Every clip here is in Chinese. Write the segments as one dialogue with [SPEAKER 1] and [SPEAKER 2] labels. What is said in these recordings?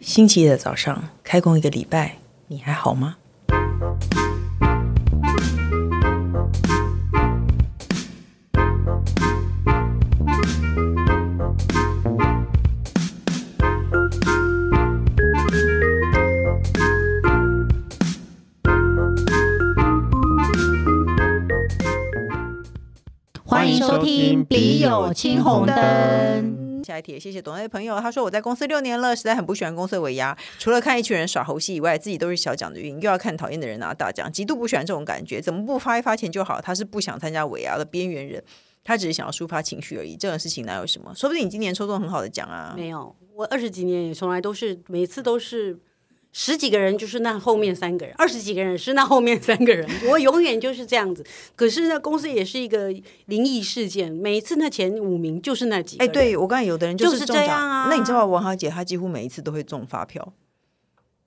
[SPEAKER 1] 星期一的早上，开工一个礼拜，你还好吗？
[SPEAKER 2] 欢迎收听《笔友青红灯》。
[SPEAKER 1] 下一题，谢谢董爱朋友，他说我在公司六年了，实在很不喜欢公司的尾牙，除了看一群人耍猴戏以外，自己都是小奖的运，又要看讨厌的人拿大奖，极度不喜欢这种感觉，怎么不发一发钱就好？他是不想参加尾牙的边缘人，他只是想要抒发情绪而已，这种事情哪有什么？说不定你今年抽中很好的奖啊！
[SPEAKER 3] 没有，我二十几年也从来都是，每次都是十几个人，就是那后面三个人；二十几个人是那后面三个人。我永远就是这样子。可是呢，公司也是一个灵异事件，每一次那前五名就是那几个
[SPEAKER 1] 哎，
[SPEAKER 3] 人。
[SPEAKER 1] 对我刚才有的人就是
[SPEAKER 3] 就是
[SPEAKER 1] 中
[SPEAKER 3] 这
[SPEAKER 1] 奖
[SPEAKER 3] 样啊
[SPEAKER 1] 那你知道王小姐她几乎每一次都会中发票，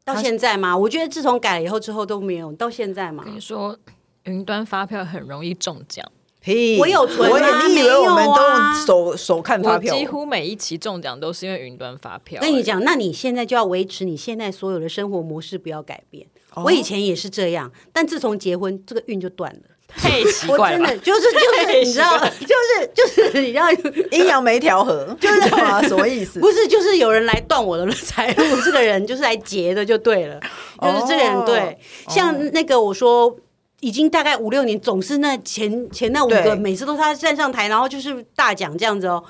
[SPEAKER 3] 到现在嘛，我觉得自从改了以后之后都没有，到现在嘛
[SPEAKER 4] 跟。你说，云端发票很容易中奖，
[SPEAKER 1] 屁
[SPEAKER 3] 我有存啊
[SPEAKER 1] 我也你以
[SPEAKER 3] 没
[SPEAKER 1] 为
[SPEAKER 3] 有
[SPEAKER 1] 我们
[SPEAKER 3] 啊
[SPEAKER 1] 都手手看发
[SPEAKER 4] 我
[SPEAKER 1] 票？
[SPEAKER 4] 几乎每一期中奖都是因为云端发票、
[SPEAKER 3] 跟你
[SPEAKER 4] 欸
[SPEAKER 3] 讲，那你现在就要维持你现在所有的生活模式，不要改变。
[SPEAKER 1] 哦
[SPEAKER 3] 我以前也是这样，但自从结婚，这个运就断了。
[SPEAKER 4] 太奇
[SPEAKER 3] 我
[SPEAKER 4] 怪了
[SPEAKER 3] 真
[SPEAKER 4] 吧。
[SPEAKER 3] 的就是 就是，你知道，就是就是， 你知道，
[SPEAKER 1] 阴阳没调和，就是 什么意思？
[SPEAKER 3] 不是，就是有人来断我的财路，这个人就是来劫的就对了，就是这个人对，
[SPEAKER 1] 哦
[SPEAKER 3] 像那个我说。已经大概五六年，总是那前前那五
[SPEAKER 1] 对
[SPEAKER 3] 个，每次都是他站上台，然后就是大奖这样子哦。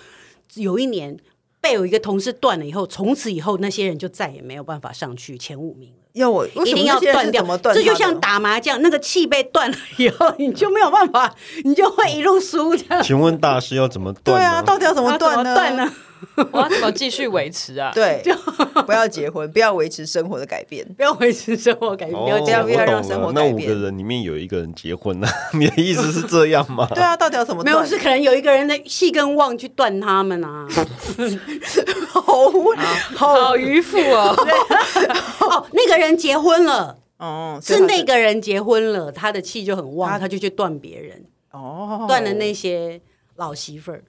[SPEAKER 3] 有一年被有一个同事断了以后，从此以后那些人就再也没有办法上去前五名了。
[SPEAKER 1] 要我为
[SPEAKER 3] 一
[SPEAKER 1] 什么
[SPEAKER 3] 定要
[SPEAKER 1] 那些人是
[SPEAKER 3] 断掉，
[SPEAKER 1] 怎么断它
[SPEAKER 3] 这
[SPEAKER 1] 的？
[SPEAKER 3] 就像打麻将，那个气被断了以后，你就没有办法，你就会一路输这样。
[SPEAKER 2] 请问大师要怎么断
[SPEAKER 1] 对
[SPEAKER 2] 呢？
[SPEAKER 1] 啊，到底要怎么断呢？
[SPEAKER 3] 要怎么哦断呢？
[SPEAKER 4] 我要怎么继续维持啊？
[SPEAKER 1] 对，不要结婚， 不要维持生活的改变。
[SPEAKER 3] 不要维持生活改变，不要
[SPEAKER 2] 哦，
[SPEAKER 3] 这样。
[SPEAKER 1] 不要
[SPEAKER 2] 我
[SPEAKER 1] 让
[SPEAKER 2] 懂
[SPEAKER 1] 生活
[SPEAKER 2] 了。那
[SPEAKER 1] 改
[SPEAKER 2] 五
[SPEAKER 1] 变
[SPEAKER 2] 个人里面有一个人结婚 了，你的意思是这样吗？
[SPEAKER 1] 对啊，到底要怎么
[SPEAKER 3] 没
[SPEAKER 1] 断？
[SPEAKER 3] 有，是可能有一个人的气跟旺去断他们 啊。
[SPEAKER 1] 好无聊
[SPEAKER 4] 好迂腐 哦，
[SPEAKER 3] 哦，那个人结婚了，
[SPEAKER 1] 哦，所以
[SPEAKER 3] 是
[SPEAKER 1] 他
[SPEAKER 3] 那个人结婚了，他的气就很
[SPEAKER 1] 他
[SPEAKER 3] 旺，他就去断别人，
[SPEAKER 1] 哦，
[SPEAKER 3] 断了那些老媳 妇儿。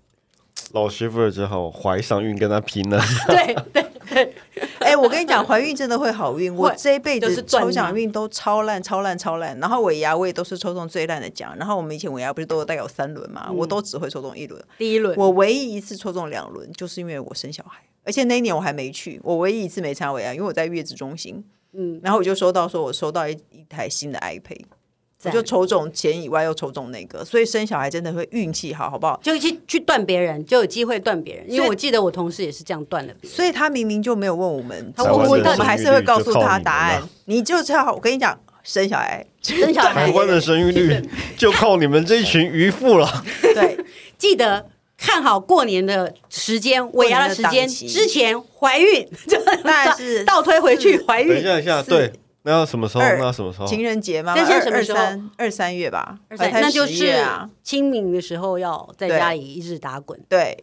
[SPEAKER 2] 老媳妇儿只好怀上孕跟他拼 了。
[SPEAKER 3] 对对对，
[SPEAKER 1] 哎、我跟你讲，怀孕真的会好运。我
[SPEAKER 3] 会
[SPEAKER 1] 这一辈
[SPEAKER 3] 就
[SPEAKER 1] 子
[SPEAKER 3] 是赚
[SPEAKER 1] 抽
[SPEAKER 3] 嘛
[SPEAKER 1] 奖运都超烂、超烂、超烂。然后尾牙我也都是抽中最烂的奖。然后我们以前尾牙不是都有大概有三轮嘛，我都只会抽中一轮。
[SPEAKER 3] 第一轮
[SPEAKER 1] 我唯一一次抽中两轮，就是因为我生小孩，而且那一年我还没去，我唯一一次没参加尾啊牙，因为我在月子中心。嗯，然后我就收到说，我收到一一台新的 iPad，我
[SPEAKER 3] 赞
[SPEAKER 1] 就抽中钱以外又抽中那个，所以生小孩真的会运气好，好不好？
[SPEAKER 3] 就去去断别人，就有机会断别人。
[SPEAKER 1] 所
[SPEAKER 3] 因
[SPEAKER 1] 以
[SPEAKER 3] 为我记得我同事也是这样断了别人。
[SPEAKER 1] 所以他明明就没有问我们，
[SPEAKER 3] 他
[SPEAKER 1] 问
[SPEAKER 3] 问
[SPEAKER 1] 我
[SPEAKER 3] 我
[SPEAKER 1] 们，
[SPEAKER 3] 们
[SPEAKER 1] 我们还是会告诉他答案
[SPEAKER 2] 生育率就靠你们了。
[SPEAKER 1] 你就是要我跟你讲，生小孩，
[SPEAKER 3] 生小孩
[SPEAKER 1] 哎
[SPEAKER 2] 台湾的生育率 就靠你们这群渔夫 了。
[SPEAKER 1] 对，
[SPEAKER 3] 记得看好过年的时间，尾牙的时
[SPEAKER 1] 过年的档
[SPEAKER 3] 间
[SPEAKER 1] 期
[SPEAKER 3] 之前怀孕， 就嗯
[SPEAKER 1] 那是
[SPEAKER 3] 倒推回去怀
[SPEAKER 2] 等一
[SPEAKER 3] 孕。
[SPEAKER 2] 下，等一下，
[SPEAKER 1] 四
[SPEAKER 2] 对，那要什么时候？
[SPEAKER 1] 哎二
[SPEAKER 2] 那要什么时候？
[SPEAKER 1] 情人节嘛，
[SPEAKER 3] 这
[SPEAKER 1] 二
[SPEAKER 3] 现在什
[SPEAKER 1] 二
[SPEAKER 3] 么时候
[SPEAKER 1] 三二三月吧，
[SPEAKER 3] 而且
[SPEAKER 1] 还
[SPEAKER 3] 那就
[SPEAKER 1] 十月
[SPEAKER 3] 是
[SPEAKER 1] 啊，
[SPEAKER 3] 清明的时候要在
[SPEAKER 1] 对
[SPEAKER 3] 家里一日打滚。
[SPEAKER 1] 对，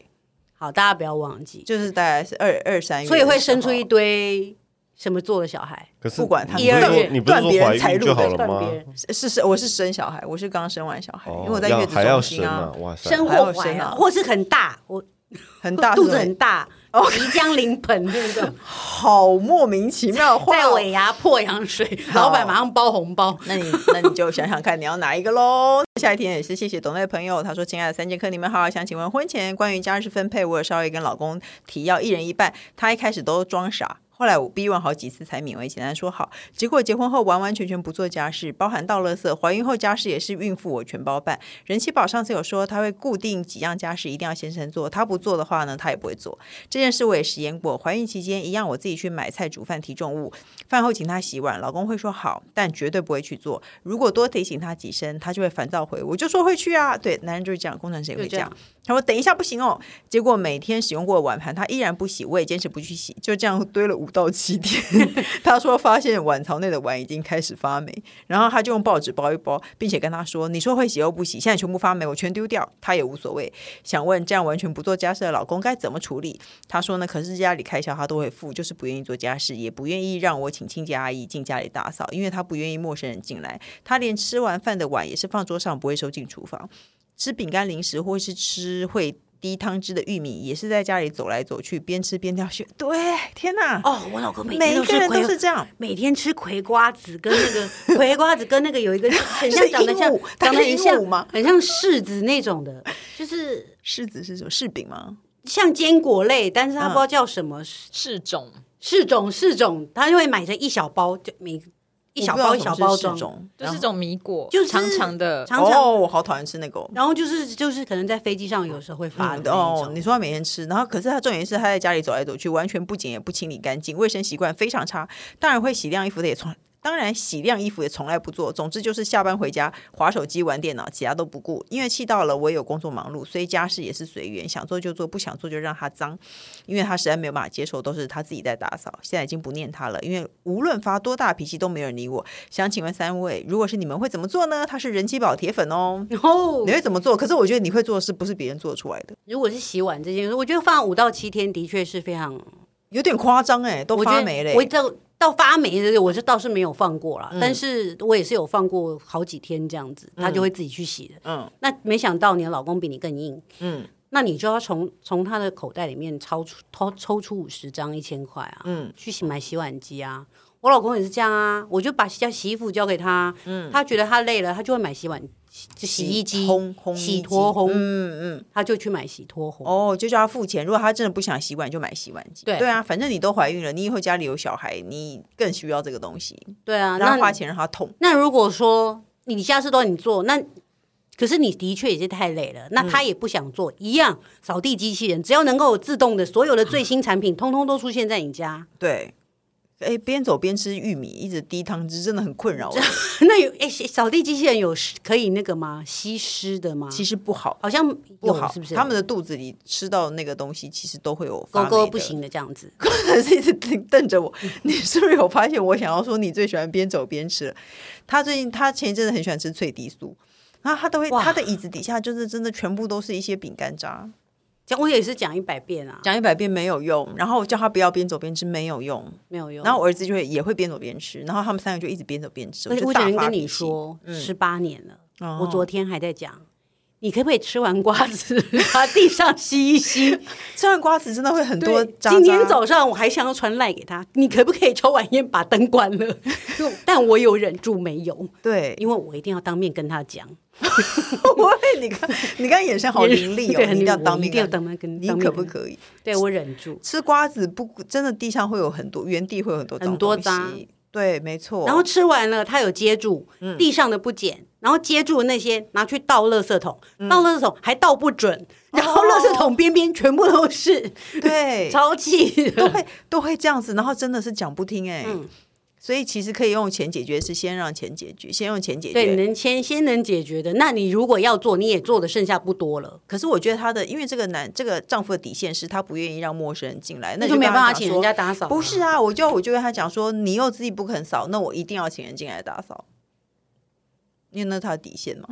[SPEAKER 3] 好，大家不要忘记，
[SPEAKER 1] 就是大概是二二三月的时候，
[SPEAKER 3] 所以会生出一堆什么座的小孩，
[SPEAKER 2] 可是
[SPEAKER 1] 不管他
[SPEAKER 2] 你不是
[SPEAKER 3] 一二
[SPEAKER 2] 说
[SPEAKER 3] 月
[SPEAKER 2] 你不是
[SPEAKER 1] 断别
[SPEAKER 2] 说
[SPEAKER 1] 人
[SPEAKER 2] 怀
[SPEAKER 1] 财
[SPEAKER 2] 孕
[SPEAKER 1] 路
[SPEAKER 2] 就好
[SPEAKER 3] 断
[SPEAKER 2] 了吗
[SPEAKER 3] 别？人，
[SPEAKER 1] 是是，我是生小孩，我是刚生完小孩，
[SPEAKER 2] 哦
[SPEAKER 1] 哎因为我在
[SPEAKER 2] 要
[SPEAKER 1] 月子
[SPEAKER 2] 还要
[SPEAKER 1] 中心
[SPEAKER 2] 生
[SPEAKER 1] 啊，，
[SPEAKER 2] 哇塞！
[SPEAKER 3] 生
[SPEAKER 1] 还要
[SPEAKER 3] 活怀
[SPEAKER 1] 生啊
[SPEAKER 3] 啊，或是很大，我
[SPEAKER 1] 很大，
[SPEAKER 3] 肚
[SPEAKER 1] 是哦
[SPEAKER 3] 子
[SPEAKER 1] 不是
[SPEAKER 3] 很大，即将临盆那 种，
[SPEAKER 1] 好莫名其妙的话
[SPEAKER 3] 在尾牙破羊水，老板马上包红包。
[SPEAKER 1] 那你那你就想想看你要哪一个喽。下一天也是谢谢董内朋友，他说：“亲爱的三剑客，你们好，想请问婚前关于家事分配，我有稍微跟老公提要一人一半，他一开始都装傻。”后来我逼问好几次才勉为其难说好，结果结婚后完完全全不做家事，包含倒垃圾，怀孕后家事也是孕妇我全包办。人气宝上次有说他会固定几样家事一定要先生做，他不做的话呢，他也不会做。这件事我也实验过，怀孕期间一样我自己去买菜、煮饭、提重物，饭后请他洗碗，老公会说好，但绝对不会去做。如果多提醒他几声，他就会烦躁回我就说会去啊。对，男人就是这样，工程师也会
[SPEAKER 3] 就
[SPEAKER 1] 这
[SPEAKER 3] 这样
[SPEAKER 1] 样。他说等一下不行哦，结果每天使用过的碗盘他依然不洗，我也坚持不去洗，就这样堆了五到七天。 他说发现碗槽内的碗已经开始发霉，然后他就用报纸包一包，并且跟他说：“你说会洗又不洗，现在全部发霉，我全丢掉，他也无所谓。”想问这样完全不做家事的老公该怎么处理？他说呢，可是家里开销他都会付，就是不愿意做家事，也不愿意让我请清洁阿姨进家里打扫，因为他不愿意陌生人进来。他连吃完饭的碗也是放桌上，不会收进厨房。吃饼干、零食或是吃会低汤汁的玉米，也是在家里走来走去，边吃边挑选。对，天哪！
[SPEAKER 3] 哦，我老公每
[SPEAKER 1] 每一
[SPEAKER 3] 天都
[SPEAKER 1] 个
[SPEAKER 3] 吃
[SPEAKER 1] 人
[SPEAKER 3] 葵
[SPEAKER 1] 都是这样，
[SPEAKER 3] 每天吃葵瓜子跟那 个葵瓜子跟那个有一个很像长得像
[SPEAKER 1] 是鹦鹉它
[SPEAKER 3] 长得
[SPEAKER 1] 是
[SPEAKER 3] 很
[SPEAKER 1] 鹦鹉
[SPEAKER 3] 像
[SPEAKER 1] 吗
[SPEAKER 3] 很像柿子那种的，就是
[SPEAKER 1] 柿子是什么？柿饼吗？
[SPEAKER 3] 像坚果类，但是它
[SPEAKER 1] 嗯
[SPEAKER 3] 不知道叫什么，是
[SPEAKER 4] 是种
[SPEAKER 3] 是种是种，他就会买成一小包，就每一小包一小包装，
[SPEAKER 1] 中，
[SPEAKER 4] 就是这种米果，
[SPEAKER 3] 就是
[SPEAKER 4] 长长的，
[SPEAKER 3] 长长，
[SPEAKER 1] 哦，我好讨厌吃那个哦。
[SPEAKER 3] 然后就是就是可能在飞机上有时候会发的那一
[SPEAKER 1] 哦，
[SPEAKER 3] 种。
[SPEAKER 1] 你说他每天吃，然后可是他重点是他在家里走来走去，完全不仅也不清理干净，卫生习惯非常差。当然会洗晾衣服的也从，当然洗晾衣服也从来不做。总之就是下班回家划手机、玩电脑，其他都不顾。因为气到了，我也有工作忙碌，所以家事也是随缘，想做就做，不想做就让他脏。因为他实在没有办法接受，都是他自己在打扫。现在已经不念他了，因为无论发多大脾气都没有人理我。想请问三位，如果是你们会怎么做呢？他是人气宝铁粉哦。
[SPEAKER 3] 然后
[SPEAKER 1] 你会怎么做？可是我觉得你会做的事不是别人做得出来的。
[SPEAKER 3] 如果是洗碗这件事，我觉得放五到七天的确是非常
[SPEAKER 1] 有点夸张哎，都
[SPEAKER 3] 我觉
[SPEAKER 1] 发
[SPEAKER 3] 得
[SPEAKER 1] 霉嘞、嗯
[SPEAKER 3] 我到到发霉的，我是倒是没有放过啦，但是我也是有放过好几天这样子，他就会自己去洗的。
[SPEAKER 1] 嗯，
[SPEAKER 3] 那没想到你的老公比你更硬，
[SPEAKER 1] 嗯，
[SPEAKER 3] 那你就要从从他的口袋里面抽出抽抽出五十张一千块啊，
[SPEAKER 1] 嗯
[SPEAKER 3] 嗯，去洗买洗碗机啊。我老公也是这样啊，我就把洗洗衣服交给他，嗯，他觉得他累了，他就会买洗碗洗洗衣机、
[SPEAKER 1] 烘烘衣
[SPEAKER 3] 洗
[SPEAKER 1] 机
[SPEAKER 3] 脱烘，
[SPEAKER 1] 嗯嗯，
[SPEAKER 3] 他就去买洗脱烘。
[SPEAKER 1] 哦，就叫他付钱。如果他真的不想洗碗，就买洗碗机。
[SPEAKER 3] 对
[SPEAKER 1] 啊，反正你都怀孕了，你以后家里有小孩，你更需要这个东西，
[SPEAKER 3] 对啊，
[SPEAKER 1] 然
[SPEAKER 3] 那
[SPEAKER 1] 后花钱让他痛。
[SPEAKER 3] 那如果说你家事都要你做，那可是你的确也是太累了，
[SPEAKER 1] 嗯
[SPEAKER 3] 那他也不想做，一样扫地机器人，只要能够有自动的，所有的最新产品，通通都出现在你家。
[SPEAKER 1] 对，哎，边走边吃玉米，一直滴汤汁，真的很困扰我。
[SPEAKER 3] 那有哎，扫地机器人有湿可以那个吗？吸湿的吗？
[SPEAKER 1] 其实不好，
[SPEAKER 3] 好像
[SPEAKER 1] 不
[SPEAKER 3] 有
[SPEAKER 1] 好，
[SPEAKER 3] 是不是？
[SPEAKER 1] 他们的肚子里吃到那个东西，其实都会有发
[SPEAKER 3] 狗
[SPEAKER 1] 霉
[SPEAKER 3] 狗
[SPEAKER 1] 的
[SPEAKER 3] 不行的这样子，
[SPEAKER 1] 他 是一直瞪瞪着我。 你是不是有发现我想要说你最喜欢边走边吃了？他最近他前一阵子很喜欢吃脆皮酥，然后他都会
[SPEAKER 3] 哇
[SPEAKER 1] 他的椅子底下就是真的全部都是一些饼干渣。
[SPEAKER 3] 讲我也是讲一百遍啊，
[SPEAKER 1] 讲一百遍没有用，然后我叫他不要边走边吃没有用，
[SPEAKER 3] 没有用。
[SPEAKER 1] 然后我儿子就会也会边走边吃，然后他们三个就一直边走边吃，
[SPEAKER 3] 而且
[SPEAKER 1] 就
[SPEAKER 3] 我只
[SPEAKER 1] 大
[SPEAKER 3] 能
[SPEAKER 1] 发
[SPEAKER 3] 跟
[SPEAKER 1] 脾
[SPEAKER 3] 你
[SPEAKER 1] 气。嗯
[SPEAKER 3] 说，十八年了，
[SPEAKER 1] 哦
[SPEAKER 3] 我昨天还在讲。你可不可以吃完瓜子， 把地上吸一吸？
[SPEAKER 1] 吃完瓜子真的会很多
[SPEAKER 3] 对，
[SPEAKER 1] 渣渣。
[SPEAKER 3] 今天早上我还想要传赖给他，你可不可以抽完烟把灯关了？ 就但我有忍住没有，
[SPEAKER 1] 对，
[SPEAKER 3] 因为我一定要当面跟他讲。
[SPEAKER 1] 我你看你看眼神好凌厉哦，
[SPEAKER 3] 对
[SPEAKER 1] 你一定要当
[SPEAKER 3] 我
[SPEAKER 1] 面
[SPEAKER 3] 一定要
[SPEAKER 1] 看
[SPEAKER 3] 当面跟
[SPEAKER 1] 你
[SPEAKER 3] 当面
[SPEAKER 1] 可不
[SPEAKER 3] 看
[SPEAKER 1] 可以？
[SPEAKER 3] 对我忍住。
[SPEAKER 1] 吃瓜子不真的地上会有很多，原地会有很多脏
[SPEAKER 3] 很多
[SPEAKER 1] 东西
[SPEAKER 3] 渣
[SPEAKER 1] 对，没错。
[SPEAKER 3] 然后吃完了，他有接住
[SPEAKER 1] 嗯
[SPEAKER 3] 地上的不捡，然后接住的那些拿去倒垃圾桶，
[SPEAKER 1] 嗯
[SPEAKER 3] 倒垃圾桶还倒不准，然后垃圾桶边边全部都是，
[SPEAKER 1] 哦对，
[SPEAKER 3] 超气
[SPEAKER 1] 都
[SPEAKER 3] 的。
[SPEAKER 1] 会都会这样子，然后真的是讲不听哎、
[SPEAKER 3] 嗯
[SPEAKER 1] 所以其实可以用钱解决，是先让钱解决，先用钱解
[SPEAKER 3] 对，
[SPEAKER 1] 决。
[SPEAKER 3] 能先先能解决的，那你如果要做，你也做的剩下不多了，
[SPEAKER 1] 可是我觉得他的，因为这个男这个丈夫的底线是他不愿意让陌生人进来，那
[SPEAKER 3] 那就没
[SPEAKER 1] 跟
[SPEAKER 3] 办
[SPEAKER 1] 他
[SPEAKER 3] 法
[SPEAKER 1] 讲
[SPEAKER 3] 请
[SPEAKER 1] 说
[SPEAKER 3] 人家打扫了。
[SPEAKER 1] 不是啊，我就我就跟他讲说，你又自己不肯扫，那我一定要请人进来打扫，因为那是他的底线 嘛。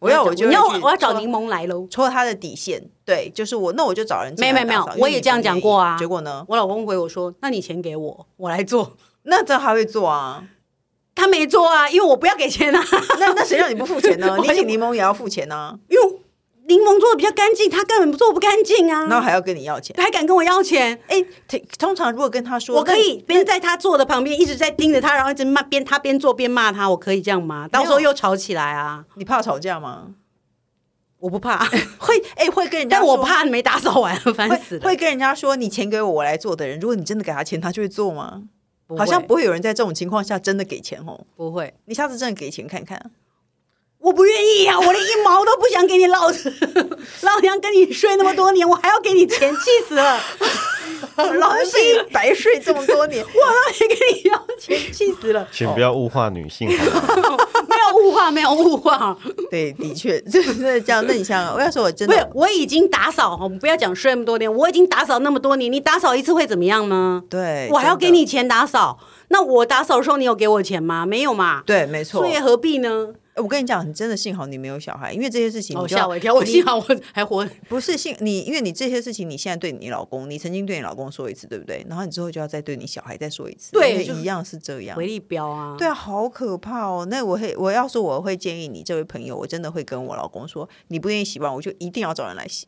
[SPEAKER 1] 我要我就
[SPEAKER 3] 你要
[SPEAKER 1] 会去
[SPEAKER 3] 我要找
[SPEAKER 1] 说
[SPEAKER 3] 柠檬来喽。
[SPEAKER 1] 戳他的底线，对，就是我，那我就找人进来
[SPEAKER 3] 没有没有
[SPEAKER 1] 打扫
[SPEAKER 3] 没有我
[SPEAKER 1] 因
[SPEAKER 3] 也
[SPEAKER 1] 为你
[SPEAKER 3] 这样
[SPEAKER 1] 不
[SPEAKER 3] 讲
[SPEAKER 1] 愿意
[SPEAKER 3] 过啊
[SPEAKER 1] 结果呢？
[SPEAKER 3] 我老公回我说：“那你钱给我，我来做。
[SPEAKER 1] 那这还会做啊？”
[SPEAKER 3] 他没做啊，因为我不要给钱啊，
[SPEAKER 1] 那那谁让你不付钱呢？
[SPEAKER 3] 我
[SPEAKER 1] 你 请柠檬也要付钱呢、
[SPEAKER 3] 因为柠檬做的比较干净，他根本做不干净
[SPEAKER 1] 然后
[SPEAKER 3] 啊，
[SPEAKER 1] 还要跟你要钱。
[SPEAKER 3] 还敢跟我要钱。
[SPEAKER 1] 哎、挺通常如果跟他说，
[SPEAKER 3] 我可以边在他做的旁边一直在盯着他，然后一直骂，边他边做边骂他，我可以这样吗？到时候又吵起来啊！
[SPEAKER 1] 那，你怕吵架吗？
[SPEAKER 3] 我不 怕，
[SPEAKER 1] 会哎、会跟人家
[SPEAKER 3] 但
[SPEAKER 1] 说，
[SPEAKER 3] 我怕没打扫完，烦死
[SPEAKER 1] 会
[SPEAKER 3] 了
[SPEAKER 1] 会。跟人家说你钱给我，我来做的人，如果你真的给他钱，他就会做吗？
[SPEAKER 3] 不会
[SPEAKER 1] 好像不会有人在这种情况下真的给钱哦。
[SPEAKER 3] 不会，
[SPEAKER 1] 你下次真的给钱看看，
[SPEAKER 3] 我不愿意啊！我连一毛都不想给你老子，老娘跟你睡那么多年，我还要给你钱，气死 了！
[SPEAKER 1] 老子是一白睡这么多 年，
[SPEAKER 3] 我让你给你要钱，气死了！
[SPEAKER 2] 请不要物化女性，好 吗？
[SPEAKER 3] 没有物化，没有物化，
[SPEAKER 1] 对，的确真的这样。那你想想，我要说我真
[SPEAKER 3] 不
[SPEAKER 1] 的
[SPEAKER 3] 是，我已经打扫，我们不要讲睡那么多年，我已经打扫那么多年，你打扫一次会怎么样呢？
[SPEAKER 1] 对，
[SPEAKER 3] 我还要
[SPEAKER 1] 哎真
[SPEAKER 3] 给
[SPEAKER 1] 的
[SPEAKER 3] 你钱打扫，那我打扫的时候你有给我钱吗？没有嘛，
[SPEAKER 1] 对，没错
[SPEAKER 3] 所。以何必呢？
[SPEAKER 1] 我跟你讲，你真的幸好你没有小孩，因为这些事情你
[SPEAKER 3] 哦，
[SPEAKER 1] 就要
[SPEAKER 3] 吓我一跳，我
[SPEAKER 1] 你
[SPEAKER 3] 幸 好我还活。
[SPEAKER 1] 不是幸你，因为你这些事情，你现在对你老公，你曾经对你老公说一次，对不对？然后你之后就要再对你小孩再说一次，
[SPEAKER 3] 对
[SPEAKER 1] 因为
[SPEAKER 3] 就是
[SPEAKER 1] 一样是这样
[SPEAKER 3] 回。力标啊，
[SPEAKER 1] 对啊，好可怕哦！那我会，我要说，我会建议你这位朋友，我真的会跟我老公说，你不愿意洗碗，我就一定要找人来洗。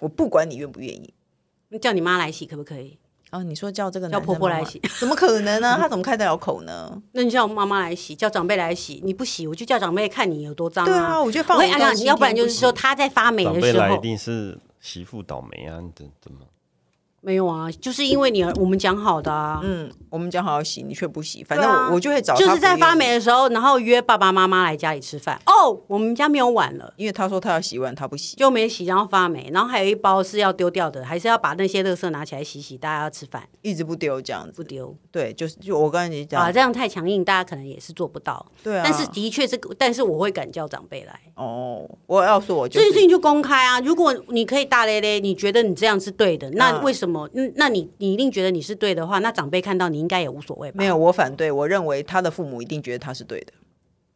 [SPEAKER 1] 我不管你愿不愿意。
[SPEAKER 3] 叫你妈来洗可不可以？
[SPEAKER 1] 哦，你说叫这个男
[SPEAKER 3] 叫
[SPEAKER 1] 生
[SPEAKER 3] 婆婆
[SPEAKER 1] 帮
[SPEAKER 3] 来
[SPEAKER 1] 忙
[SPEAKER 3] 洗，
[SPEAKER 1] 怎么可能呢？他怎么开得了口 呢？
[SPEAKER 3] 那你叫妈妈来洗，叫长辈来洗，你不洗，我就叫长辈看你有多脏、
[SPEAKER 1] 对啊，我觉得放
[SPEAKER 3] 我
[SPEAKER 1] 我
[SPEAKER 3] 会哎呀，要不然就是说他在发霉
[SPEAKER 2] 长
[SPEAKER 3] 的
[SPEAKER 2] 辈
[SPEAKER 3] 时
[SPEAKER 2] 来一
[SPEAKER 3] 候，
[SPEAKER 2] 定是媳妇倒霉啊，你怎怎么？
[SPEAKER 3] 没有啊，就是因为你我们讲好的啊，
[SPEAKER 1] 嗯，我们讲好要洗，你却不洗，反
[SPEAKER 3] 对
[SPEAKER 1] 正我,、
[SPEAKER 3] 啊
[SPEAKER 1] 我就会找他
[SPEAKER 3] 就是
[SPEAKER 1] 不
[SPEAKER 3] 在发
[SPEAKER 1] 愿意
[SPEAKER 3] 霉，的时候，然后约爸爸妈妈来家里吃饭。哦，我们家没有碗了。
[SPEAKER 1] 因为他说他要洗碗，他不洗。
[SPEAKER 3] 就没洗，然后发霉，然后还有一包是要丢掉的，还是要把那些垃圾拿起来洗洗，大家要吃饭
[SPEAKER 1] 一直不丢这样
[SPEAKER 3] 不
[SPEAKER 1] 子。
[SPEAKER 3] 丢
[SPEAKER 1] 对，就是就我刚才你讲，
[SPEAKER 3] 啊，这样太强硬，大家可能也是做不到。
[SPEAKER 1] 对啊。
[SPEAKER 3] 但是的确是，但是我会敢叫长辈来，
[SPEAKER 1] 哦，我要说我就
[SPEAKER 3] 这件事
[SPEAKER 1] 是
[SPEAKER 3] 情就公开啊。如果你可以大咧咧，你觉得你这样是对的，那
[SPEAKER 1] 嗯
[SPEAKER 3] 为什么？嗯那你你一定觉得你是对的话，那长辈看到你应该也无所谓吧？
[SPEAKER 1] 没有，我反对，我认为他的父母一定觉得他是对的。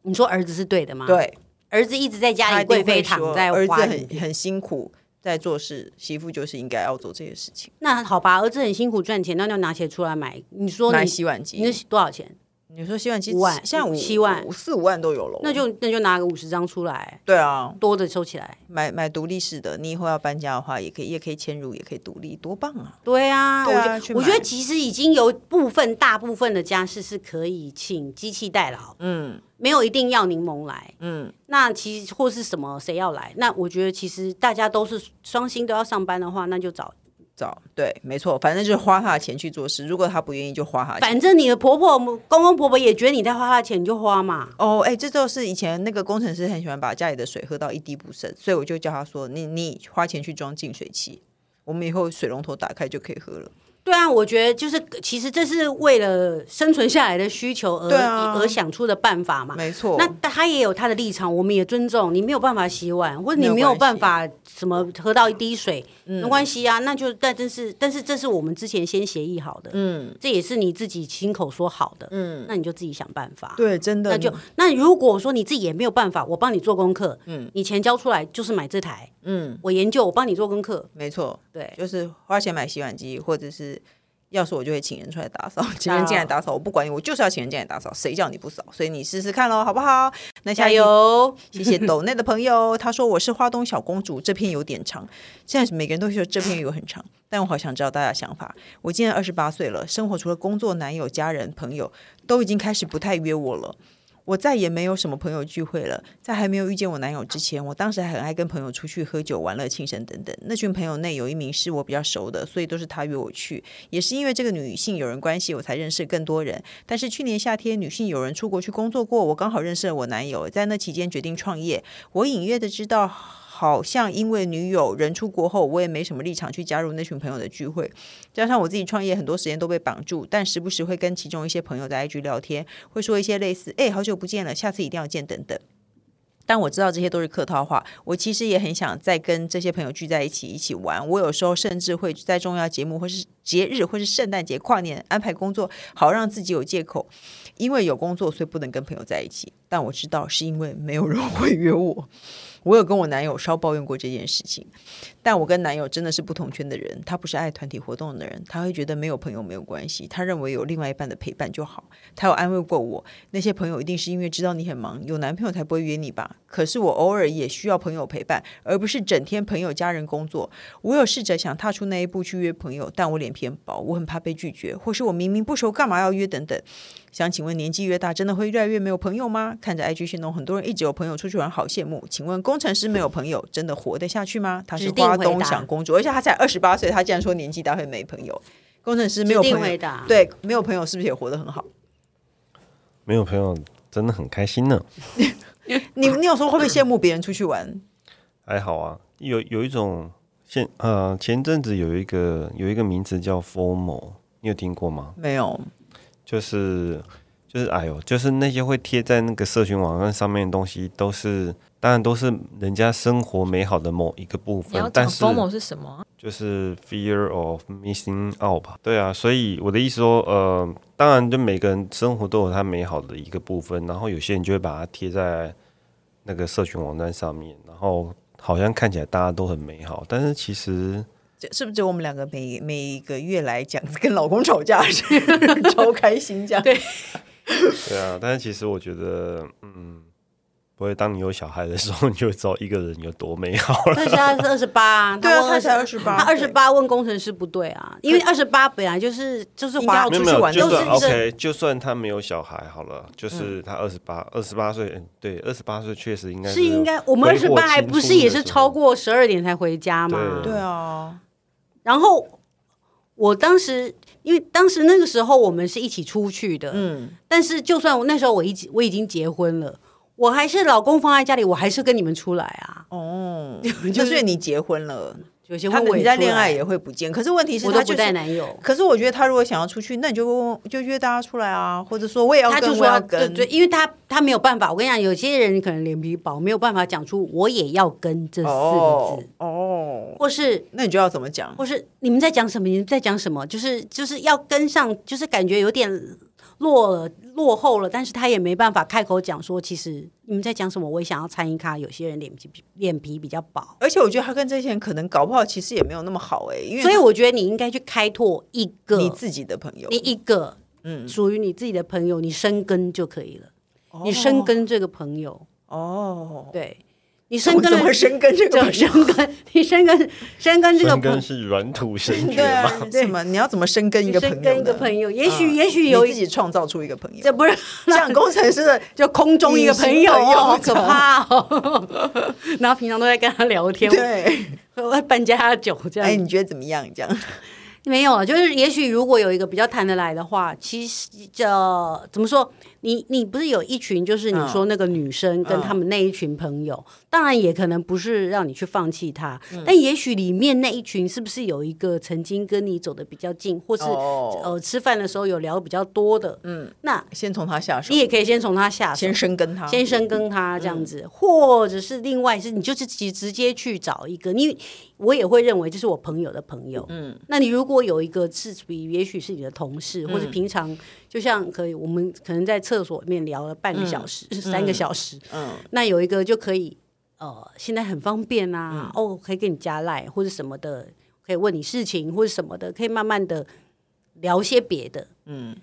[SPEAKER 3] 你说儿子是对的吗？，
[SPEAKER 1] 对，
[SPEAKER 3] 儿子一直在啊家
[SPEAKER 1] 他
[SPEAKER 3] 里
[SPEAKER 1] 一定
[SPEAKER 3] 贵
[SPEAKER 1] 会
[SPEAKER 3] 妃躺
[SPEAKER 1] 说
[SPEAKER 3] 在
[SPEAKER 1] 儿子
[SPEAKER 3] 花园
[SPEAKER 1] 很很辛苦在做事，媳妇就是应该要做这些事情，
[SPEAKER 3] 那好吧，儿子很辛苦赚钱，那就拿钱出来买。你说
[SPEAKER 1] 买
[SPEAKER 3] 你
[SPEAKER 1] 洗碗
[SPEAKER 3] 你那
[SPEAKER 1] 机。
[SPEAKER 3] 洗多少钱？
[SPEAKER 1] 你说洗碗机
[SPEAKER 3] 五万
[SPEAKER 1] 现在五
[SPEAKER 3] 七万
[SPEAKER 1] 五四五万都有了，
[SPEAKER 3] 那就那就拿个五十张出来，
[SPEAKER 1] 对啊，
[SPEAKER 3] 多的收起来。
[SPEAKER 1] 买买独立式的，你以后要搬家的话，也可以也可以迁入，也可以独立，多棒啊！
[SPEAKER 3] 对啊，
[SPEAKER 1] 对啊
[SPEAKER 3] 我
[SPEAKER 1] 去
[SPEAKER 3] 觉
[SPEAKER 1] 买
[SPEAKER 3] 得我觉得其实已经有部分大部分的家事是可以请机器代劳，
[SPEAKER 1] 嗯
[SPEAKER 3] 没有一定要柠檬来。
[SPEAKER 1] 嗯，
[SPEAKER 3] 那其实或是什么谁要来？那我觉得其实大家都是双薪都要上班的话，那就找。
[SPEAKER 1] 找对，没错，反正就是花他的钱去做事，如果他不愿意就花他的钱。
[SPEAKER 3] 反正你的婆婆、公公婆婆也觉得你在花她的钱，你就花嘛。
[SPEAKER 1] 哦，哎、这就是以前那个工程师很喜欢把家里的水喝到一滴不剩，所以我就叫他说：“你你花钱去装净水器，我们以后水龙头打开就可以喝了。
[SPEAKER 3] 对啊，我觉得就是其实这是为了生存下来的需求而、
[SPEAKER 1] 对啊
[SPEAKER 3] 而想出的办法”嘛。
[SPEAKER 1] 没错，
[SPEAKER 3] 那他也有他的立场，我们也尊重。你没有办法洗碗，或者你
[SPEAKER 1] 没有
[SPEAKER 3] 没有
[SPEAKER 1] 关
[SPEAKER 3] 办
[SPEAKER 1] 系嗯
[SPEAKER 3] 法什么喝到一滴水，没关系啊。那就但真是，但是这是我们之前先协议好的，
[SPEAKER 1] 嗯
[SPEAKER 3] 这也是你自己亲口说好的，
[SPEAKER 1] 嗯，
[SPEAKER 3] 那你就自己想办法。
[SPEAKER 1] 对，真的，
[SPEAKER 3] 那就那如果说你自己也没有办法，我帮你做功课，
[SPEAKER 1] 嗯
[SPEAKER 3] 你钱交出来就是买这台，
[SPEAKER 1] 嗯，
[SPEAKER 3] 我研究，我帮你做功课，
[SPEAKER 1] 没错，
[SPEAKER 3] 对。
[SPEAKER 1] 就是花钱买洗碗机，或者是要是我就会请人出来打扫，请人进来打扫，我不管你，我就是要请人进来打扫，谁叫你不扫？所以你试试看喽，好不好？那下
[SPEAKER 3] 加
[SPEAKER 1] 一题
[SPEAKER 3] 油！
[SPEAKER 1] 谢谢抖内的朋友，他说我是花东小公主，这篇有点长。现在每个人都说这篇有很长，但我好想知道大家的想法。我今年二十八岁了，生活除了工作、男友、家人、朋友，都已经开始不太约我了。我再也没有什么朋友聚会了。在还没有遇见我男友之前，我当时还很爱跟朋友出去喝酒、玩乐、庆生等等。那群朋友内有一名是我比较熟的，所以都是他约我去。也是因为这个女性友人关系，我才认识更多人。但是去年夏天，女性友人出国去工作过，我刚好认识了我男友，在那期间决定创业。我隐约的知道，好像因为女友人出国后，我也没什么立场去加入那群朋友的聚会。加上我自己创业，很多时间都被绑住，但时不时会跟其中一些朋友在 IG 聊天，会说一些类似“哎、好久不见了，下次一定要见”等等。但我知道这些都是客套话，我其实也很想再跟这些朋友聚在一起一起玩。我有时候甚至会在重要节目或是节日或是圣诞节、跨年安排工作，好让自己有借口，因为有工作所以不能跟朋友在一起。但我知道是因为没有人 会约我。我有跟我男友稍抱怨过这件事情，但我跟男友真的是不同圈的人，他不是爱团体活动的人，他会觉得没有朋友没有关系，他认为有另外一半的陪伴就好。他有安慰过我，那些朋友一定是因为知道你很忙，有男朋友才不会约你吧？可是我偶尔也需要朋友陪伴，而不是整天朋友、家人、工作。我有试着想踏出那一步去约朋友，但我脸皮很薄，我很怕被拒绝，或是我明明不熟，干嘛要约等等。想请问，年纪越大，真的会越来越没有朋友吗？看着 IG 线动，很多人一直有朋友出去玩，好羡慕。请问，工程师没有朋友，真的活得下去吗？他是
[SPEAKER 3] 指定
[SPEAKER 1] 花
[SPEAKER 3] 回答
[SPEAKER 1] 东想工作，而且他才二十八岁，他竟然说年纪大会没朋友。工程师没有
[SPEAKER 3] 指定
[SPEAKER 1] 朋友
[SPEAKER 3] 回答，
[SPEAKER 1] 对，没有朋友是不是也活得很好？
[SPEAKER 2] 没有朋友真的很开心呢，
[SPEAKER 1] 你你有时候会不会羡慕别人出去玩？
[SPEAKER 2] 还好啊。有有一种现呃，前阵子有一个有一个名词叫 “formal”，你有听过吗？
[SPEAKER 1] 没有，
[SPEAKER 2] 就是就是哎呦，就是那些会贴在那个社群网站上面的东西，都是当然都是人家生活美好的某一个部
[SPEAKER 4] 你要
[SPEAKER 2] 分，嗯
[SPEAKER 4] 讲
[SPEAKER 2] 但是
[SPEAKER 4] formal 是什么啊？
[SPEAKER 3] 嗯
[SPEAKER 2] 就是 fear of missing out 吧。对啊，所以我的意思说，呃，当然就每个人生活都有他美好的一个部分，然后有些人就会把它贴在那个社群网站上面，然后好像看起来大家都很美好，但是其实。
[SPEAKER 1] 这是不是只有我们两个每每个月来讲跟老公吵架是 超开心这样？对，
[SPEAKER 2] 对啊，但是其实我觉得，嗯，不会，当你有小孩的时候，你 就会知道一个人有多美好
[SPEAKER 1] 哦
[SPEAKER 2] 了。
[SPEAKER 3] 但是他是二十八，
[SPEAKER 1] 对啊
[SPEAKER 3] 问
[SPEAKER 1] 他才
[SPEAKER 3] 20
[SPEAKER 1] 28
[SPEAKER 3] 他二十八问工程师不对啊，因为二十八本来就是就是
[SPEAKER 1] 应该
[SPEAKER 3] 华
[SPEAKER 1] 要
[SPEAKER 2] 没有
[SPEAKER 1] 出
[SPEAKER 2] 没
[SPEAKER 1] 去
[SPEAKER 2] 有，
[SPEAKER 1] 玩
[SPEAKER 2] 就
[SPEAKER 1] 都是嗯
[SPEAKER 2] 算
[SPEAKER 1] 一
[SPEAKER 2] OK，就算他没有小孩好了，就是他二十八，二十八岁，嗯，对，二十八岁确实应该
[SPEAKER 3] 是应该我们二
[SPEAKER 2] 挥
[SPEAKER 3] 十
[SPEAKER 2] 霍
[SPEAKER 3] 八还
[SPEAKER 2] 青
[SPEAKER 3] 不是
[SPEAKER 2] 春
[SPEAKER 3] 也
[SPEAKER 2] 的
[SPEAKER 3] 是
[SPEAKER 2] 时
[SPEAKER 3] 超
[SPEAKER 2] 候
[SPEAKER 3] 过十二点才回家吗？
[SPEAKER 1] 对 啊，
[SPEAKER 3] 然后我当时因为当时那个时候我们是一起出去的，
[SPEAKER 1] 嗯，
[SPEAKER 3] 但是就算我那时候我已经我已经结婚了，我还是老公放在家里，我还是跟你们出来啊。
[SPEAKER 1] 哦，就是你结婚了，
[SPEAKER 3] 有些
[SPEAKER 1] 他
[SPEAKER 3] 婚
[SPEAKER 1] 可
[SPEAKER 3] 我
[SPEAKER 1] 能
[SPEAKER 3] 也
[SPEAKER 1] 在
[SPEAKER 3] 出
[SPEAKER 1] 恋
[SPEAKER 3] 来
[SPEAKER 1] 爱也会不见，可是问题是
[SPEAKER 3] 我
[SPEAKER 1] 他
[SPEAKER 3] 都
[SPEAKER 1] 就
[SPEAKER 3] 不
[SPEAKER 1] 是
[SPEAKER 3] 带男友。
[SPEAKER 1] 可是我觉得他如果想要出去，那你就问就约大家出来啊，或者说我也要
[SPEAKER 3] 他
[SPEAKER 1] 跟，
[SPEAKER 3] 就说
[SPEAKER 1] 我要
[SPEAKER 3] 要对
[SPEAKER 1] 跟，
[SPEAKER 3] 对，因为他他没有办法。我跟你讲，有些人可能脸皮薄，没有办法讲出“我也要跟”这四个
[SPEAKER 1] 哦
[SPEAKER 3] 字，
[SPEAKER 1] 哦，
[SPEAKER 3] 或是
[SPEAKER 1] 那你就要怎么讲？
[SPEAKER 3] 或是你们在讲什么？你们在讲什么？就是就是要跟上，就是感觉有点落了落后了，但是他也没办法开口讲说，其实你们在讲什么？我也想要参与咖。有些人脸皮脸皮比较薄，
[SPEAKER 1] 而且我觉得他跟这些人可能搞不好其实也没有那么好哎、因为
[SPEAKER 3] 所以我觉得你应该去开拓一个
[SPEAKER 1] 你自己的朋友
[SPEAKER 3] 你，一个嗯属于你自己的朋友，你深耕就可以了。你深耕这个朋友，
[SPEAKER 1] 哦，
[SPEAKER 3] 对你
[SPEAKER 1] 怎
[SPEAKER 3] 深
[SPEAKER 1] 么
[SPEAKER 3] 耕
[SPEAKER 1] 怎么
[SPEAKER 3] 了
[SPEAKER 1] 深耕这
[SPEAKER 3] 这
[SPEAKER 1] 个
[SPEAKER 3] 种深耕，你深耕深 耕这个
[SPEAKER 2] 深
[SPEAKER 3] 朋
[SPEAKER 2] 耕是 软土神
[SPEAKER 1] 对
[SPEAKER 2] 学
[SPEAKER 1] 啊
[SPEAKER 2] 嘛？，
[SPEAKER 1] 什么你要怎么深耕一个朋友
[SPEAKER 3] 深
[SPEAKER 1] 呢？
[SPEAKER 3] 耕一个朋友，也许
[SPEAKER 1] 嗯
[SPEAKER 3] 也许有
[SPEAKER 1] 你自
[SPEAKER 3] 一
[SPEAKER 1] 己创造出一个朋友
[SPEAKER 3] 这，不是
[SPEAKER 1] 像工程师 的
[SPEAKER 3] 就空中一个朋友，
[SPEAKER 1] 隐形朋友
[SPEAKER 3] 哦好可怕哦。 然后平常都在跟他聊天，
[SPEAKER 1] 对，
[SPEAKER 3] 我会搬家他酒这
[SPEAKER 1] 哎，
[SPEAKER 3] 样。
[SPEAKER 1] 你觉得怎么样？这样
[SPEAKER 3] 没有啊，就是也许如果有一个比较谈得来的话，其实呃怎么说？你你不是有一群，就是你说那个女生跟他们那一群朋友，当然也可能不是让你去放弃他，但也许里面那一群是不是有一个曾经跟你走的比较近，或是、
[SPEAKER 1] 哦
[SPEAKER 3] 呃吃饭的时候有聊比较多的，嗯，那
[SPEAKER 1] 先从他下手
[SPEAKER 3] 你，也可以先从他下手，
[SPEAKER 1] 先深耕他，
[SPEAKER 3] 先深耕它这样子，
[SPEAKER 1] 嗯
[SPEAKER 3] 或者是另外是你就是直直接去找一个，因为我也会认为这是我朋友的朋友，嗯，那你如果有一个是属于也许是你的同
[SPEAKER 1] 嗯
[SPEAKER 3] 事，或者平常就像可以我们可能在厕所里面聊了半个小时、三个小时，
[SPEAKER 1] 嗯，
[SPEAKER 3] 那有一个就可以，呃，现在很方便啊，
[SPEAKER 1] 嗯
[SPEAKER 3] 哦，可以给你加赖或者什么的，可以问你事情或者什么的，可以慢慢的聊些别的，嗯。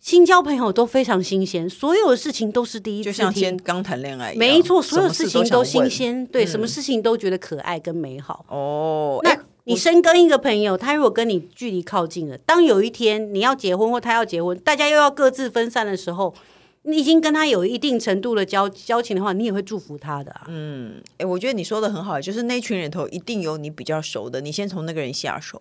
[SPEAKER 3] 新交朋友都非常新鲜，所有事情都是第一次
[SPEAKER 1] 就
[SPEAKER 3] 听，
[SPEAKER 1] 像先刚谈恋爱一样，
[SPEAKER 3] 没错，所有
[SPEAKER 1] 什
[SPEAKER 3] 事
[SPEAKER 1] 么
[SPEAKER 3] 情
[SPEAKER 1] 都
[SPEAKER 3] 都
[SPEAKER 1] 想问
[SPEAKER 3] 新。鲜，对，哎什么事情都觉得可爱跟美好。
[SPEAKER 1] 哦，哎
[SPEAKER 3] 那你深耕一个朋友，他如果跟你距离靠近了，当有一天你要结婚或他要结婚，大家又要各自分散的时候，你已经跟他有一定程度的交交情的话，你也会祝福他的啊。
[SPEAKER 1] 哎、我觉得你说的很好，就是那群人头一定有你比较熟的，你先从那个人下手，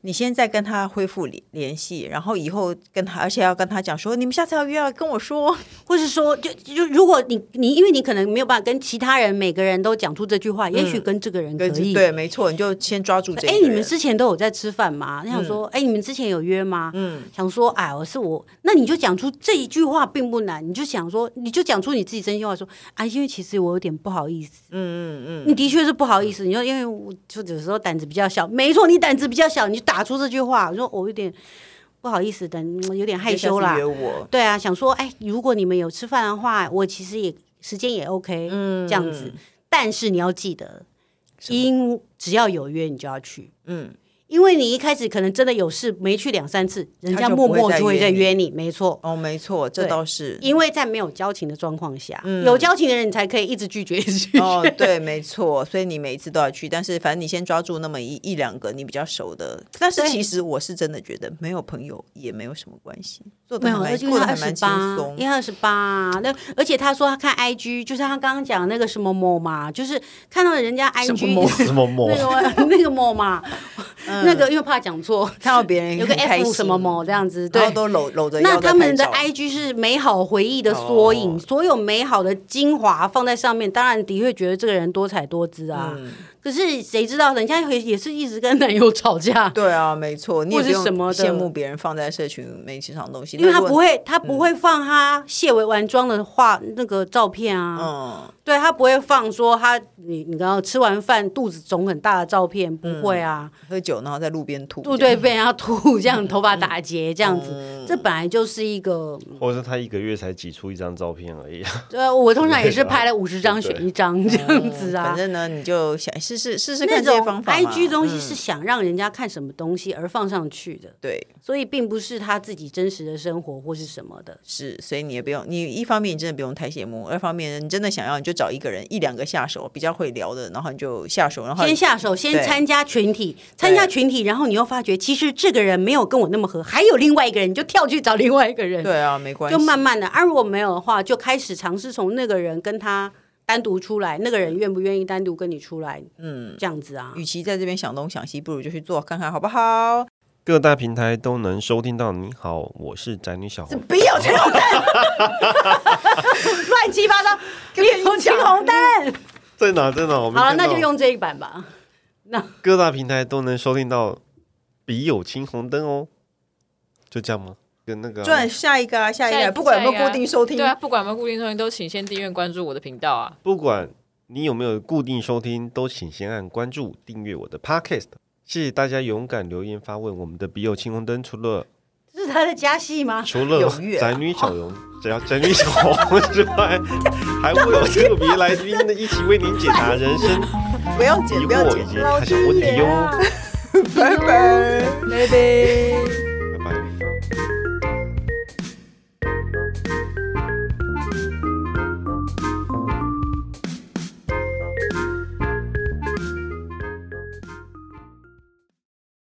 [SPEAKER 1] 你先再跟他恢复联联系，然后以后跟他，而且要跟他讲说，你们下次要约要啊跟我说，
[SPEAKER 3] 或是说，就就如果你你因为你可能没有办法跟其他人每个人都讲出这句话，也许嗯跟这个人可以。
[SPEAKER 1] 对，没错，你就先抓住这一
[SPEAKER 3] 哎、
[SPEAKER 1] 个
[SPEAKER 3] 你们
[SPEAKER 1] 人嗯
[SPEAKER 3] 之前都有在吃饭吗？你想说，哎、你们之前有约吗？嗯，想说，哎，我是我，那你就讲出这一句话并不难，你就想说，你就讲出你自己真心话，说，啊，因为其实我有点不好意思，嗯嗯嗯，你的确是不好意思，你说因为我就有时候胆子比较小，没错，你胆子比较小，你就打出这句话，你说我有点不好意思，等嗯有点害羞啦
[SPEAKER 1] 你，就下次约我，
[SPEAKER 3] 对啊，想说，哎，如果你们有吃饭的话，我其实也时间也 OK，嗯，这样子。但是你要记得，因只要有约，你就要去，嗯，因为你一开始可能真的有事没去两三次，人
[SPEAKER 1] 他
[SPEAKER 3] 家
[SPEAKER 1] 就
[SPEAKER 3] 默
[SPEAKER 1] 不会
[SPEAKER 3] 默
[SPEAKER 1] 再
[SPEAKER 3] 就会
[SPEAKER 1] 约
[SPEAKER 3] 再
[SPEAKER 1] 你
[SPEAKER 3] 约你，没错。
[SPEAKER 1] 哦，没错，这
[SPEAKER 3] 对
[SPEAKER 1] 倒是，
[SPEAKER 3] 因为在没有交情的状况下，有交情的人你才可以一直拒绝，一直拒绝。
[SPEAKER 1] 嗯哦，对，没错，所以你每一次都要去，但是反正你先抓住那么一一两个你比较熟的。但是
[SPEAKER 3] 对
[SPEAKER 1] 其实我是真的觉得没有朋友也没有什么关系，做
[SPEAKER 3] 没
[SPEAKER 1] 的
[SPEAKER 3] 有，
[SPEAKER 1] 还
[SPEAKER 3] 而
[SPEAKER 1] 蛮
[SPEAKER 3] 且
[SPEAKER 1] 过得
[SPEAKER 3] 他
[SPEAKER 1] 还
[SPEAKER 3] 二十
[SPEAKER 1] 蛮轻
[SPEAKER 3] 八，
[SPEAKER 1] 松
[SPEAKER 3] 因。为二十八，那而且他说他看 IG，就是他刚刚讲那个什么某嘛，就是看到人家 IG
[SPEAKER 2] 什么魔
[SPEAKER 3] 那？个那个某 嘛，那个因为怕讲错，
[SPEAKER 1] 看到别人
[SPEAKER 3] 有个
[SPEAKER 1] 嗯很开
[SPEAKER 3] F
[SPEAKER 1] 心
[SPEAKER 3] 什么某这样子，
[SPEAKER 1] 然
[SPEAKER 3] 对
[SPEAKER 1] 后。都搂搂着
[SPEAKER 3] 那
[SPEAKER 1] 腰在
[SPEAKER 3] 他们
[SPEAKER 1] 拍
[SPEAKER 3] 的
[SPEAKER 1] 照
[SPEAKER 3] IG 是美好回忆的缩影，
[SPEAKER 1] 哦
[SPEAKER 3] 所有美好的精华放在上面，当然的确觉得这个人多彩多姿啊。
[SPEAKER 1] 嗯
[SPEAKER 3] 可是谁知道人家也也是一直跟男友吵架，
[SPEAKER 1] 对啊，没错，你也
[SPEAKER 3] 或
[SPEAKER 1] 不
[SPEAKER 3] 是
[SPEAKER 1] 用
[SPEAKER 3] 什么的
[SPEAKER 1] 羡慕别人放在社群媒体上的东西，
[SPEAKER 3] 因为
[SPEAKER 1] 那
[SPEAKER 3] 他
[SPEAKER 1] 如
[SPEAKER 3] 不
[SPEAKER 1] 果，
[SPEAKER 3] 会，他
[SPEAKER 1] 嗯
[SPEAKER 3] 不会放他卸尾完妆的画那个照片啊。
[SPEAKER 1] 嗯，
[SPEAKER 3] 对他不会放说他你你刚刚吃完饭肚子肿很大的照片，
[SPEAKER 1] 嗯
[SPEAKER 3] 不会啊，
[SPEAKER 1] 喝酒然后在路边吐这
[SPEAKER 3] 对
[SPEAKER 1] 样，嗯
[SPEAKER 3] 对，被人家吐这样，头发打结这样子，这本来就是一个，
[SPEAKER 2] 或者是他一个月才挤出一张照片而已啊，
[SPEAKER 3] 呃，我通常也是拍了五十张
[SPEAKER 2] 对
[SPEAKER 3] 选一张这样子
[SPEAKER 1] 反
[SPEAKER 3] 啊。
[SPEAKER 1] 正呢，你就想是试试试试
[SPEAKER 3] 那
[SPEAKER 1] 看这些
[SPEAKER 3] 种
[SPEAKER 1] 方法嘛嗯
[SPEAKER 3] IG 东西是想让人家看什么东西而放上去的，
[SPEAKER 1] 对，
[SPEAKER 3] 所以并不是他自己真实的生活或是什么的。
[SPEAKER 1] 是，所以你也不用，你一方面你真的不用太羡慕，二方面你真的想要，你就找一个人一两个下手比较会聊的，然后你就下手，然后
[SPEAKER 3] 先下手，先
[SPEAKER 1] 啊对
[SPEAKER 3] 参加群体，参加群体，然后你又发觉其实这个人没有跟我那么合，还有另外一个人，你就跳去找另外一个人，
[SPEAKER 1] 对啊，没关系，
[SPEAKER 3] 就慢慢的。而、啊、如果没有的话，就开始尝试从那个人跟他单独出来，那个人愿不愿意单独跟你出来，嗯，这样子啊。
[SPEAKER 1] 与其在这边想东想西，不如就去做看看好不好？
[SPEAKER 2] 各大平台都能收听到。你好，我是宅女小红。
[SPEAKER 1] 不要这种蛋，
[SPEAKER 3] 乱七八糟，有青 红灯。
[SPEAKER 2] 在哪？在哪？我没
[SPEAKER 3] 好了，
[SPEAKER 2] 看到
[SPEAKER 3] 那就用这一版吧。
[SPEAKER 2] 各大平台都能收听到《笔友青红灯》哦。就这样吗？跟那个啊
[SPEAKER 1] 转下一个啊，下一个
[SPEAKER 4] 下
[SPEAKER 1] 啊，
[SPEAKER 4] 一
[SPEAKER 1] 不管有没有
[SPEAKER 4] 下一个啊
[SPEAKER 1] 固定收听
[SPEAKER 4] 对，啊，不管有没有固定收听，都请先订阅关注我的频道啊。
[SPEAKER 2] 不管你有没有固定收听，都请先按关注、订阅我的 Podcast。谢谢大家勇敢留言发问。我们的笔友青红灯除了
[SPEAKER 3] 这是他的加戏吗？
[SPEAKER 2] 除了
[SPEAKER 1] 踊跃啊
[SPEAKER 2] 宅女小红，只要宅女小红之外，还会有特别来宾一起为您解答人生
[SPEAKER 1] 不要剪，
[SPEAKER 2] 疑
[SPEAKER 1] 不要
[SPEAKER 2] 惑
[SPEAKER 1] 剪
[SPEAKER 2] 以及探索问题哟、
[SPEAKER 1] 拜拜。
[SPEAKER 4] 拜拜。